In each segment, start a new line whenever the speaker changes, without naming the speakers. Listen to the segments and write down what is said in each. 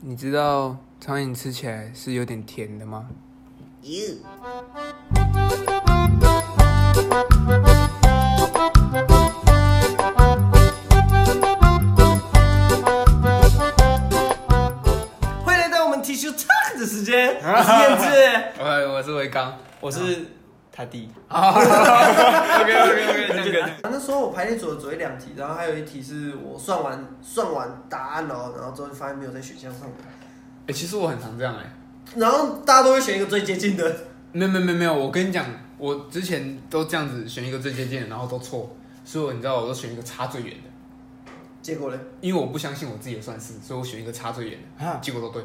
你知道苍蝇吃起来是有点甜的吗？
You.
欢迎来到我们 T 恤 talk 的时间，我是燕子，
哎，我是维刚。
我
啊
是他 弟。
OK OK
那时候我排列组了只会两题，然后还有一题是我算完算完答案然后然后之后就发现没有在选项上面，
哎，其实我很常这样哎、
然后大家都会选一个最接近的，
没有没有没有没有，我跟你讲，我之前都这样子选一个最接近的，然后都错，所以我你知道我都选一个差最远的，
结果呢？
因为我不相信我自己的算式，所以我选一个差最远的，
啊
结果都对，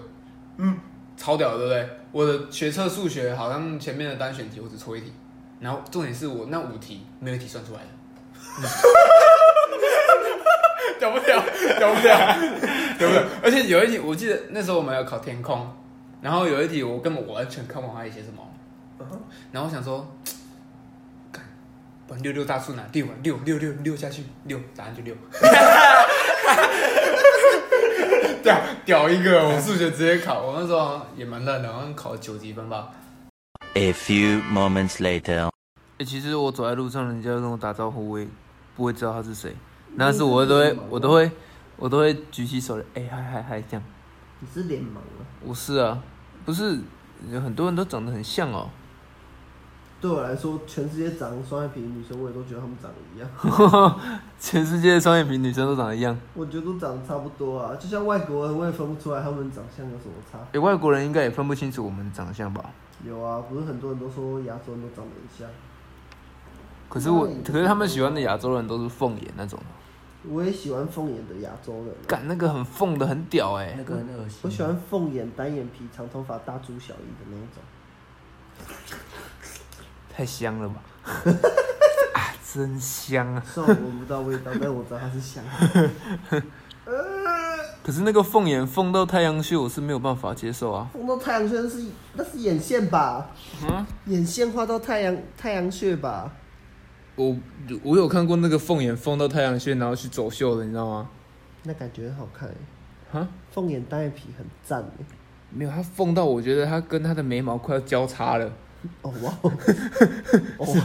嗯，
超屌的对不对？我的学测数学好像前面的单选题我只错一题，然后重点是我那五题没有一题算出来的。屌不屌？屌不屌？屌不屌？而且有一题，我记得那时候我们要考天空，然后有一题我根本完全看不懂他在写什么，
嗯哼
然后我想说，干，不然六六大顺啊，六啊六六六六下去，六答案就六，屌屌一个！我数学直接考，我那时候好像也蛮烂的，好像考了九几分吧。
A few moments later.
欸，其实我走在路上，人家跟我打招呼，我也不会知道他是谁。但是我都会，我都会，我都会举起手来，哎、嗨嗨嗨，这样。
你是脸盲啊？
我是啊，不是有很多人都长得很像哦。
对我来说，全世界长双眼皮的女生，我也都觉得她们长得一样，
全世界的双眼皮女生都长得一样，
我觉得都长得差不多啊。就像外国人，我也分不出来她们长相有什么差。
诶、外国人应该也分不清楚我们长相吧？
有啊，不是很多人都说亚洲人都长得很像，
可是我，可是他们喜欢的亚洲人都是凤眼那种，
我也喜欢凤眼的亚洲人啊、
干那个很凤的很屌哎、
那个很恶心。
我喜欢凤眼、单眼皮、长头发、大猪小姨的那一种。
太香了吧？ 啊，真香啊！
虽然我闻不到味道，但我知道它是香的。
可是那个凤眼凤到太阳穴，我是没有办法接受啊。
碰到太阳穴是那是眼线吧？眼线画到太阳太阳穴吧？
我我有看过那个凤眼凤到太阳穴，然后去走秀的，你知道吗？
那感觉很好看欸。
啊，
凤眼单眼皮很赞欸
没有，他凤到我觉得他跟他的眉毛快要交叉了，
哦哇 哦，哦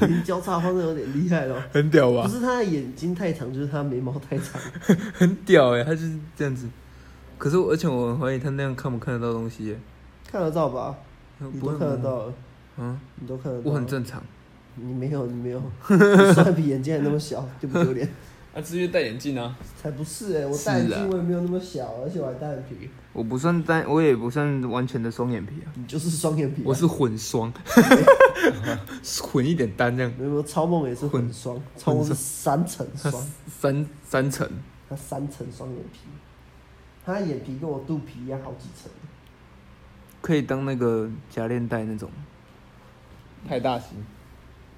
哇，你交叉方的有点厉害咯。
很屌
不
吧？
是他的眼睛太长，就是他眉毛太长。
很屌哎、欸，他就是这样子。可是我，而且我很怀疑他那样看不看得到东西、欸。呃
看得到吧？你
不
都
会
看得到了，
嗯，
你都看得到。
我很，正常。
你没有，你没 有，你双眼皮眼睛还那么小，丢不丢脸？
啊，至于戴眼镜啊，
才不是哎、我
是
戴眼
啊
镜我也没有那么小，而且我还单眼皮，
我不算单，我也不算完全的双眼皮啊，
你就是双眼皮、啊。
我是混 双，混一点单这样，
没有，超梦也是混双，超梦是三层
他
双，
三三层，
他三层双眼皮，他眼皮跟我肚皮一样好几层。
可以当那个假链带那种。
太大型。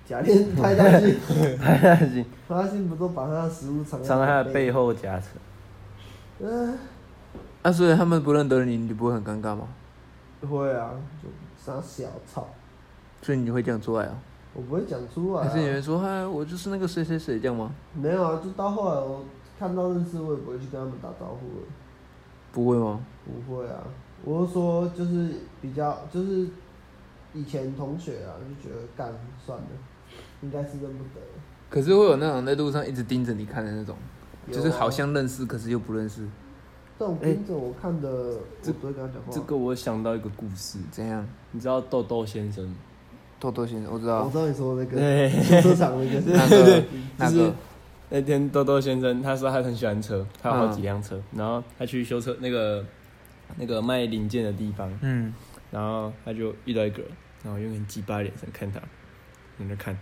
假链拍下 去，
很心，
派大星不都把他的食物藏在
藏在他的
的
背
后？
后夹层。
嗯、
啊，所以他们不认得你，你不会很尴尬吗？
会啊，就傻小操，
所以你会这样做爱啊？
我不会讲出来、
还是有
啊。
人说，嗨，我就是那个谁谁谁这样吗？
没有啊，就到后来我看到认识，我也不会去跟他们打招呼了。
不会吗？
不会啊，我是说就是比较就是以前同学啊，就觉得干算了，应该是认不得。
可是会有那种在路上一直盯着你看的那种，
有啊
就是好像哎认识，可是又不认识，
这种盯着我看的，我不会跟他讲话。
这个我想到一个故事，
怎样？
你知道豆豆先生吗？
豆豆先生，我知
我
道
知，道你说的那
对
个修车厂那
啊哎 那
个，
个
就
那
是
个，
那天豆豆先生他说他很喜欢车，他有好几辆车，
嗯
然后他去修车那个那个卖零件的地方，
嗯，
然后他就遇到一个人，然后用很鸡巴的眼神看他，我就看，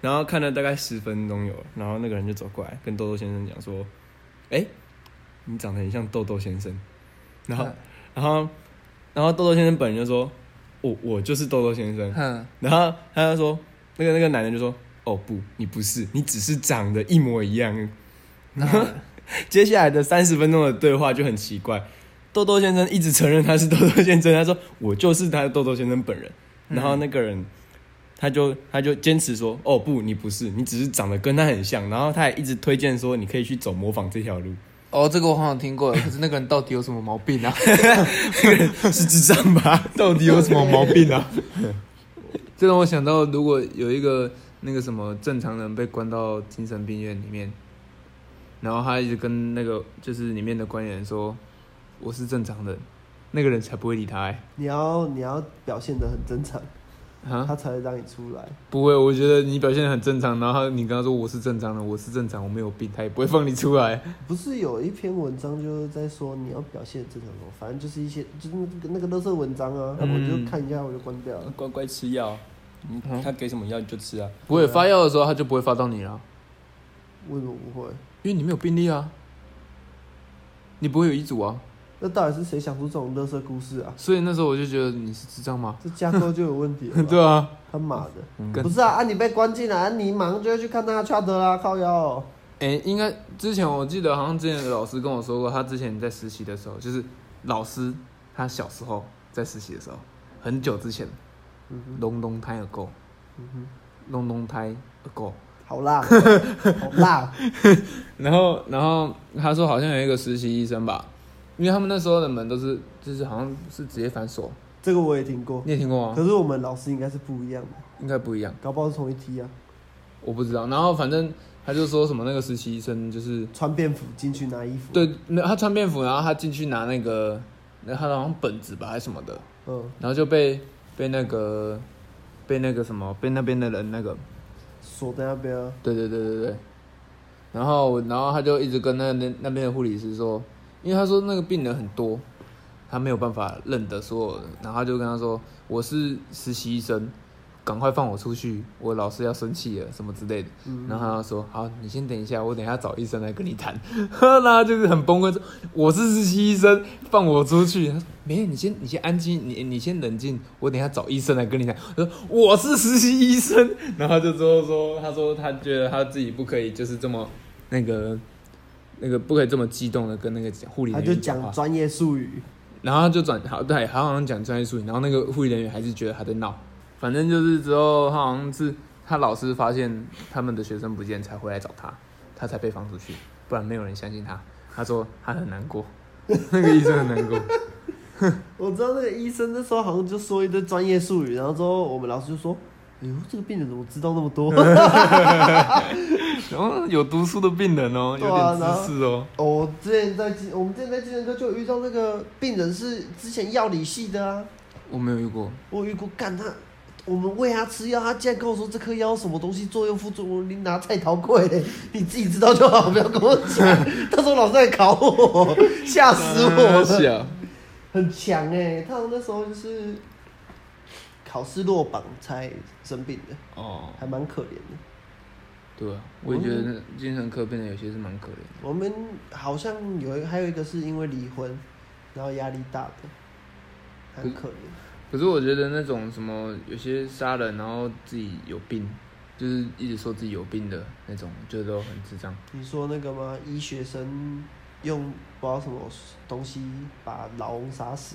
然后看了大概十分钟有，然后那个人就走过来跟豆豆先生讲说：“哎、你长得很像豆豆先生。”
嗯
然后，然后，然后豆豆先生本人就说：“我我就是豆豆先生。”
哼，
然后他就说，那个那个男人就说：“哦不，你不是，你只是长得一模一样。”然后 接下来的三十分钟的对话就很奇怪，豆豆先生一直承认他是豆豆先生，他说：“我就是他的豆豆先生本人。”然后那个人。他就他就坚持说，哦不，你不是，你只是长得跟他很像。然后他也一直推荐说，你可以去走模仿这条路。
哦，这个我好像听 过了，可是那个人到底有什么毛病啊？
是智障吧？ 到底有什么毛病啊？
这让我想到，如果有一个那个什么正常人被关到精神病院里面，然后他一直跟那个就是里面的官员说我是正常人，那个人才不会理他哎、
你要你要表现的很正常，
啊，
他才会让你出来。
不会，我觉得你表现得很正常，然后你跟他说我是正常人，我是正常，我没有病，他也不会放你出来。
不是有一篇文章就是在说你要表现正常吗？反正就是一些就是那个那个乐色文章啊，
嗯
我就看一下我就关掉了。
乖乖吃药，嗯他给什么药你就吃啊。
不会发药的时候他就不会发到你了，
为什么不会？
因为你没有病例啊，你不会有遗嘱啊。
那到底是谁想出这种乐色故事啊？
所以那时候我就觉得你是智障吗？
这架构就有问题了吧。
对啊，
他妈的，
跟
不是啊，啊你被关进来，啊你马上就会去看他的 chat 啦，靠腰、哦。
诶，应该之前我记得好像之前的老师跟我说过，他之前在实习的时候，就是老师他小时候在实习的时候，很久之前，龙龙胎而够，龙龙胎而够。
好辣，好辣，
然后然后他说好像有一个实习医生吧，因为他们那时候的门都是就是好像是直接反锁，
这个我也听过。
你也听过吗？
可是我们老师应该是不一样的，
应该不一样，
搞不好是同一梯啊，
我不知道。然后反正他就说什么那个实习医生就是
穿便服进去拿衣服。，
对，没有他穿便服，然后他进去拿那个那他好像本子吧还是什么的。
嗯，
然后就被被那个被那个什么被那边的人那个，
锁在那边啊。
对对对对对，然后我然后他就一直跟那那那边的护理师说，因为他说那个病人很多，他没有办法认得所有人，然后他就跟他说我是实习医生，赶快放我出去，我老师要生气了什么之类的，然后他就说好，你先等一下，我等一下找医生来跟你谈， 然后他就是很崩溃说我是实习医生，放我出去，他说没有，你先你先安静，你你先冷静，我等一下找医生来跟你谈，他说我是实习医生，然后他就之后说他说他觉得他自己不可以就是这么那个。那个不可以这么激动的跟那个护理
他
人
就
员话
讲专业术语，
然后他就转好对，他好像讲专业术语，然后那个护理人员还是觉得他在闹，反正就是之后他好像是他老师发现他们的学生不见才回来找他，他才被放出去，不然没有人相信他。他说他很难过， 那个医生很难过，
我知道那个医生那时候好像就说一堆专业术语，然后之后我们老师就说：“哎呦，这个病人怎么知道那么多？”
然后哦有读书的病人哦，有
对啊
点知识哦，
我之前在精，我们之前在精神科就有遇到那个病人是之前药理系的啊，
我没有遇 过，
我有遇过干他，我们喂他吃药，他竟然跟我说这颗药什么东西作用副作用，你拿菜刀跪嘞，你自己知道就好，不要跟我讲。他说老师在考我， 吓死我了，
啊，
很强哎、他那时候就是考试落榜才生病的，
哦，
还蛮可怜的。
对啊，我也觉得那精神科病人有些是蛮可怜的，
我们好像有一还有一个是因为离婚，然后压力大的，很可怜。
可是我觉得那种什么有些杀人然后自己有病，就是一直说自己有病的那种，就都很智障。
你说那个吗？医学生用不知道什么东西把老翁杀死，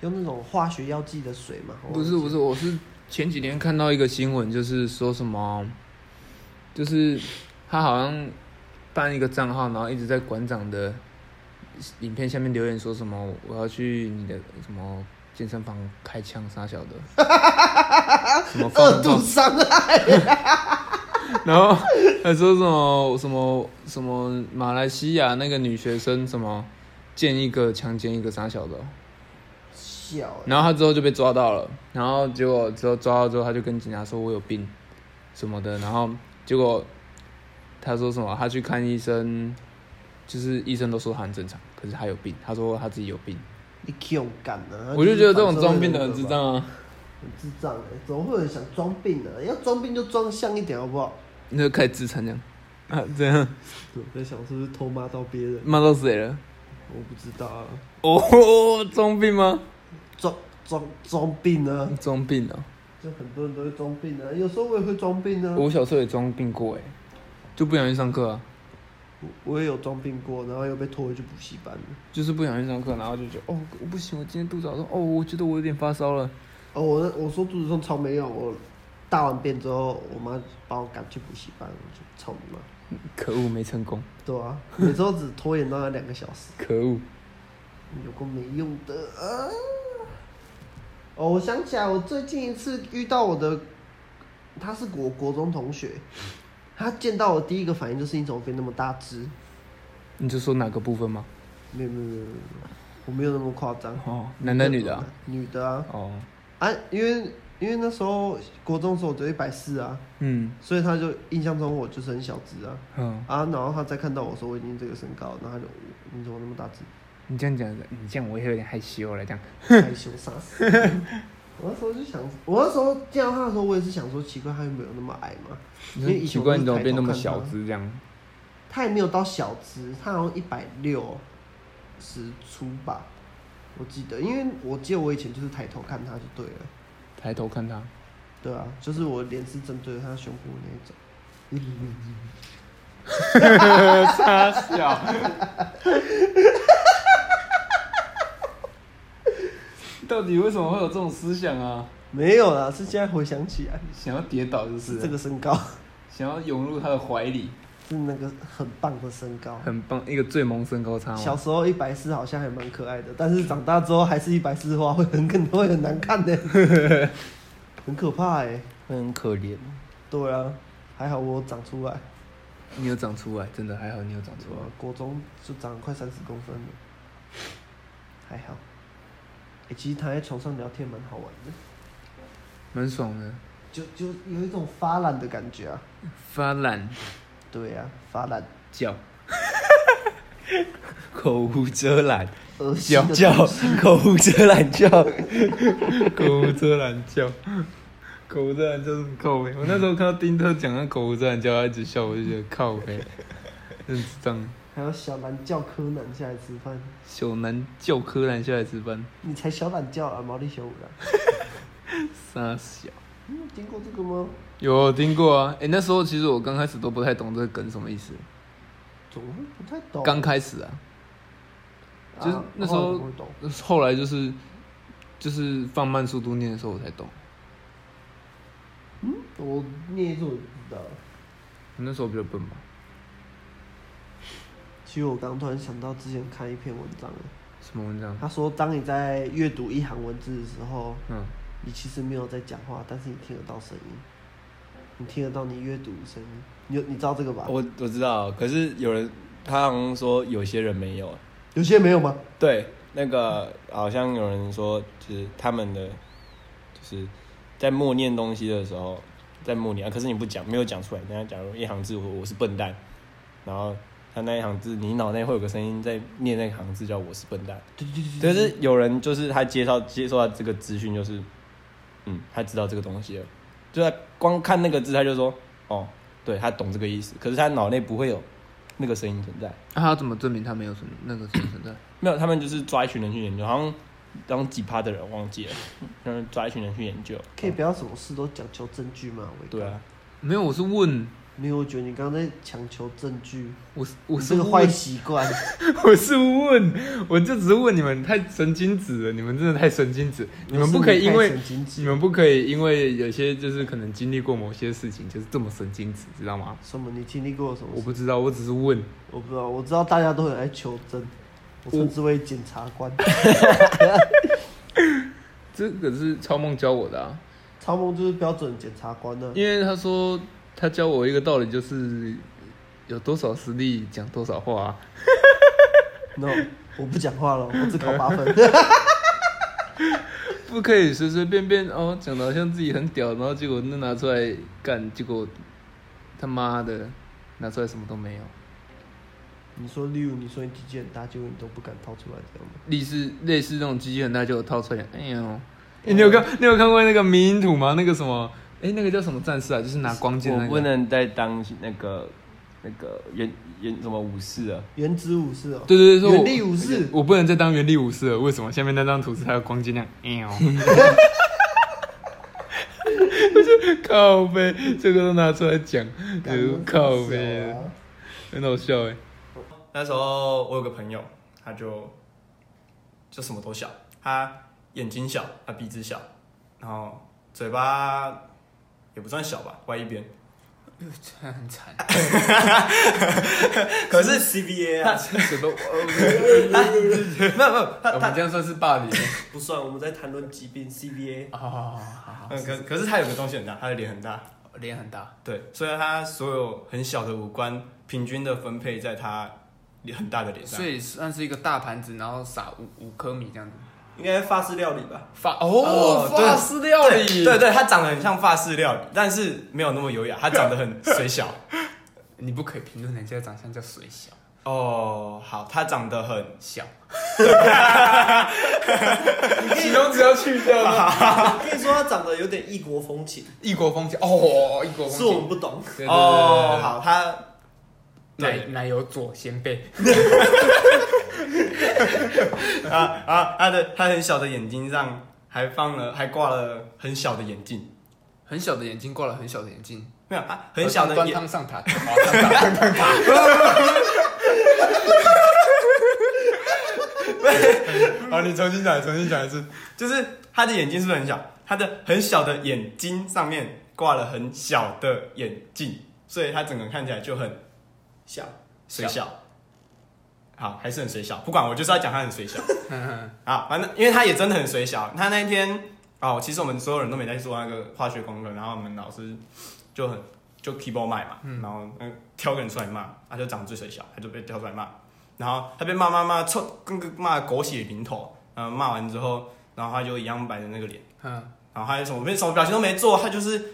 用那种化学药剂的水哦嘛？我忘
不
记
是不是，我是前几天看到一个新闻，就是说什么，就是他好像办一个账号，然后一直在馆长的影片下面留言说什么我要去你的什么健身房开枪杀小的，什么放
二度伤害，
然后还说什么什么什么马来西亚那个女学生什么见一个强奸一个傻小的，
笑欸、
然后他之后就被抓到了，然后结果之后抓到之后他就跟警察说我有病什么的，然后结果他说什么他去看医生，就是医生都说他很正常，可是他有病，他说他自己有病，
你勇敢啊！
我就觉得这种
反社会
装病的很
人
智
格吧，
障啊，
很智障哎、怎么会有人想装病呢、要装病就装像一点好不好？
你就开始自 残这样啊这样
我在想是不是偷骂到别人，
骂到谁了？
我不知道啊，
哦，装病吗？
装装装病呢、
装病啊！
就很多人都会装病啊，有时候我也会装病啊。
我小时候也装病过哎，就不想去上课啊，
我也有装病过，然后又被拖回去补习班了。
就是不想去上课，然后就觉得哦，我不行，我今天肚子好痛，哦，我觉得我有点发烧了。
哦，我我说肚子痛超没用，我大完便之后，我妈把我赶去补习班，我就操你妈！
可恶，没成功，
对啊，每周只拖延到那两个小时，
可恶。
有够没用的啊！哦，我想起来，我最近一次遇到我的，他是国国中同学，他见到我第一个反应就是你怎么变那么大只？
你就说哪个部分吗？
没有没有没有没有，没有我没有那么夸张。
哦，男的女的、啊？？
女的啊
哦，
啊，因为因为那时候国中的时候我只有一百四啊，
嗯
所以他就印象中我就是很小只啊
嗯，
啊，然后他再看到我说我已经这个身高了，然后他就你怎么那么大只？
你这样讲，你这样我也有点害羞了。这样，
害羞杀 死。我那时候就想，我那时候见到他的时候，我也是想说，奇怪，他有没有那么矮嘛？因为以前
奇
我都
怪，
是
你怎么
抬
变
头
那么
看
小
他？
只？这样，
他也没有到小只，他好像一百六十出吧，我记得，因为我记得我以前就是抬头看他就对了，
抬头看 他，
对啊，就是我脸是正对着他胸部那一种。
傻笑。 到底为什么会有这种思想啊？
没有啦，是现在回想起来
想要跌倒就是是
这个身高，
想要涌入他的怀里，
是那个很啊棒的身高。
很棒，一个最萌身高差
小
吗？
时候一百四好像还蛮可爱的，但是长大之后还是一百四的话，会很 更会很难看 的，很可怕哎、
会很可怜。
对啊，还好我长出来，
你有长出来，真的还好，你有长出
我
来。
国中就长快三十公分了，还好。哎、其实躺在床上聊天蛮好玩的，
蛮爽的。
就就有一种发懒的感觉啊。
发懒
对啊，发懒，
叫，
口无遮拦
恶心
叫
的
叫
东西，
口无遮拦叫，
口无遮拦叫， 口无遮拦叫是很靠背。我那时候看到丁特讲那口无遮拦叫，他一直笑，我就觉得靠背，真是脏。
还有小懒叫柯南下来吃饭，
小南叫柯南下来值班，
你才小懒叫啊，毛利小五郎，
傻小。
你有听过这个吗？
有我听过啊，诶，那时候其实我刚开始都不太懂这个梗什么意思，
总会不太懂。
刚开始啊，
啊
就是那时候
我会懂
后来就是就是放慢速度念的时候我才懂，
嗯我念一次我就知道了。
我那时候比较笨吧。
其实我刚突然想到之前看一篇文章了，
什么文章？
他说当你在阅读一行文字的时候，
嗯，
你其实没有在讲话，但是你听得到声音，你听得到你阅读的声音。你有你知道这个吧？
我我知道，可是有人他好像说有些人没有，
有些人没有吗？
对，那个好像有人说，就是他们的就是在默念东西的时候，在默念啊，可是你不讲，没有讲出来。人家假如一行字，我我是笨蛋，然后他那一行字，你脑内会有个声音在念那行字，叫我是笨蛋。
对对对
但是有人就是他接到接受到这个资讯，就是嗯，他知道这个东西了，就他光看那个字，他就说哦，对他懂这个意思，可是他脑内不会有那个声音存在。
那、他要怎么证明他没有存那个存存在？
没有，他们就是抓一群人去研究，好像好像几趴的人忘记了，他们抓一群人去研究。
可以
哦
不要什么事都讲求证据吗？伟哥
对啊，，
没有，我是问，
没有，我觉得你刚刚在强求证据，
我是我
你
是
这个
问
坏习惯。
我是问，我就只是问你们太神经质了，你们真的太神经质，你们不可以因为
是你太神经质
你们不可以因为有些就是可能经历过某些事情，就是这么神经质，知道吗？
什么？你经历过什么
我
事？
不知道，我只是问。
我不知道，我知道大家都很爱求证，我称之为检察官。
这个是超梦教我的啊，
超梦就是标准检察官啊呢、
因为他说他教我一个道理，就是有多少实力讲多少话、啊。
No，我不讲话了，我只考八分。
不可以随随便便哦，讲的好像自己很屌，然后结果那拿出来干，结果他妈的拿出来什么都没有。
你说，例如你说你体积很大，结果你都不敢掏出来，这样吗？
类似类似那种机器很大，就有套出来，哎呦、诶你有看你有看过那个迷因图吗？那个什么，哎、那个叫什么战士啊？就是拿光剑那
我
个。
不能再当那个那个原原什么武士了。
原子武士哦，
对对对，说我
原力武士
我不能再当原力武士了。为什么？下面那张图是他的光剑量，哎呦、 我就靠背，这个都拿出来讲，
干
就是
我
靠
手
背
啊，
很好笑哎、
那时候我有个朋友，他就就什么都小，他眼睛小，他鼻子小，然后嘴巴也不算小吧，歪一边，
很惨。
可是 CBA 啊，
什么？
没有没有，他
我们
他
这样算是霸凌
不算，我们在谈论疾病 CBA。
啊！好好好好
嗯，可可是他有个东西很大，他的脸很大。
脸很大，
对，所以他所有很小的五官平均的分配在他很大的脸上
所。以算是一个大盘子，然后撒五五颗米这样子。
应该法式料理吧？
法哦，
对
法式料理，
对对对，他长得很像法式料理，但是没有那么优雅，他长得很水小。
你不可以评论人家的长相叫水小
哦，好，他长得很
小，
形容词要去掉吗？
可以说他长得有点异国风情，
异国风情哦，异国
是我们 不懂。
对对对对
哦，好，他
奶
对
奶油左先辈，
啊啊，他的他很小的眼睛上还放了还挂了很小的眼镜，
很小的眼睛挂了很小的眼镜，
没有啊，很小的
端
眼
汤上塔，哦端汤上塔，端汤上塔
好，你重新讲，重新讲一次，就是他的眼睛是不是很小？他的很小的眼睛上面挂了很小的眼镜，所以他整个看起来就很
小，
水小。好，还是很水小，不管我就是要讲他很水小
嗯嗯
啊，反正因为他也真的很水小。他那一天哦，其实我们所有人都没在做那个化学功课，然后我们老师就很就 keyboard 麦嘛，然后嗯挑个人出来骂，他就长得最水小，他就被挑出来骂，然后他被骂骂骂臭，跟个骂得狗血淋头，嗯、骂完之后，然后他就一样摆着那个脸，
嗯，
然后他就什么没什么表情都没做，他就是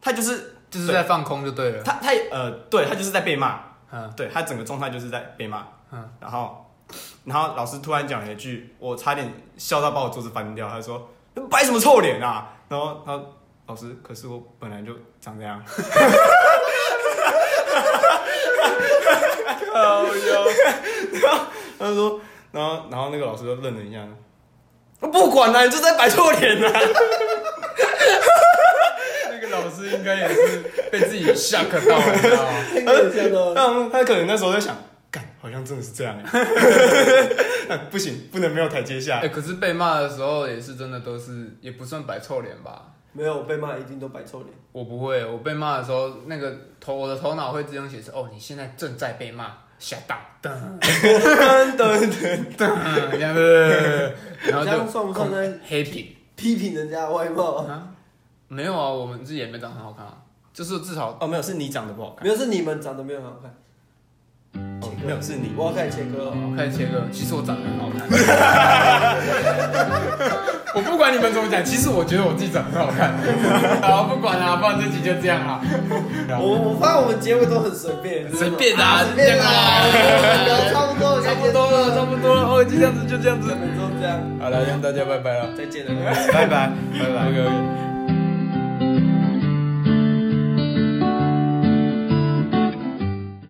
他就是
就是在放空就对了，
他他也呃对他就是在被骂，
嗯
对他整个状态就是在被骂，
嗯
然后，然后老师突然讲了一句，我差点笑到把我桌子翻掉。他说：“你摆什么臭脸啊？”然后他说老师，可是我本来就长这样。 靠腰然后他说，然后然后那个老师就愣了一下，不管了、你就在摆臭脸啊。那个老师应该也是
被自己 shock 到了你知道吗，
应该有这样的吗。
那他可能那时候在想，干，好像真的是这样 哎，不行，不能没有台阶下
哎，。可是被骂的时候也是真的都是也不算摆臭脸吧。
没有被骂一定都摆臭脸，
我不会，我被骂的时候，那个头我的头脑会自动显示，哦，你现在正在被骂，吓到，噔
噔噔噔，
噔，这样子，然后
这样算
就
不算在
黑屏。
批评人家的外 貌？
没有啊，我们自己也没长得很好看啊，就是至少
哦，没有，是你长得不好看。
没有，是你们长得没有很好看。
哦，没有，是你。
我要开始切割了哦。
我开始切割，其实我长得很好 看。我不管你们怎么讲，其实我觉得我自己长得很好看。好，不管啦、不然这集就这样啦、
我我发现我们结尾都很随便，就
随
是
便啦、
随
这
便
样
啦，我们聊
啦，
差不多了，
差不多了，差
多，
不多了，哦，就这样子，就这样子。
每周这样，
好了，让大家拜拜了。
再见了。
拜拜，拜拜。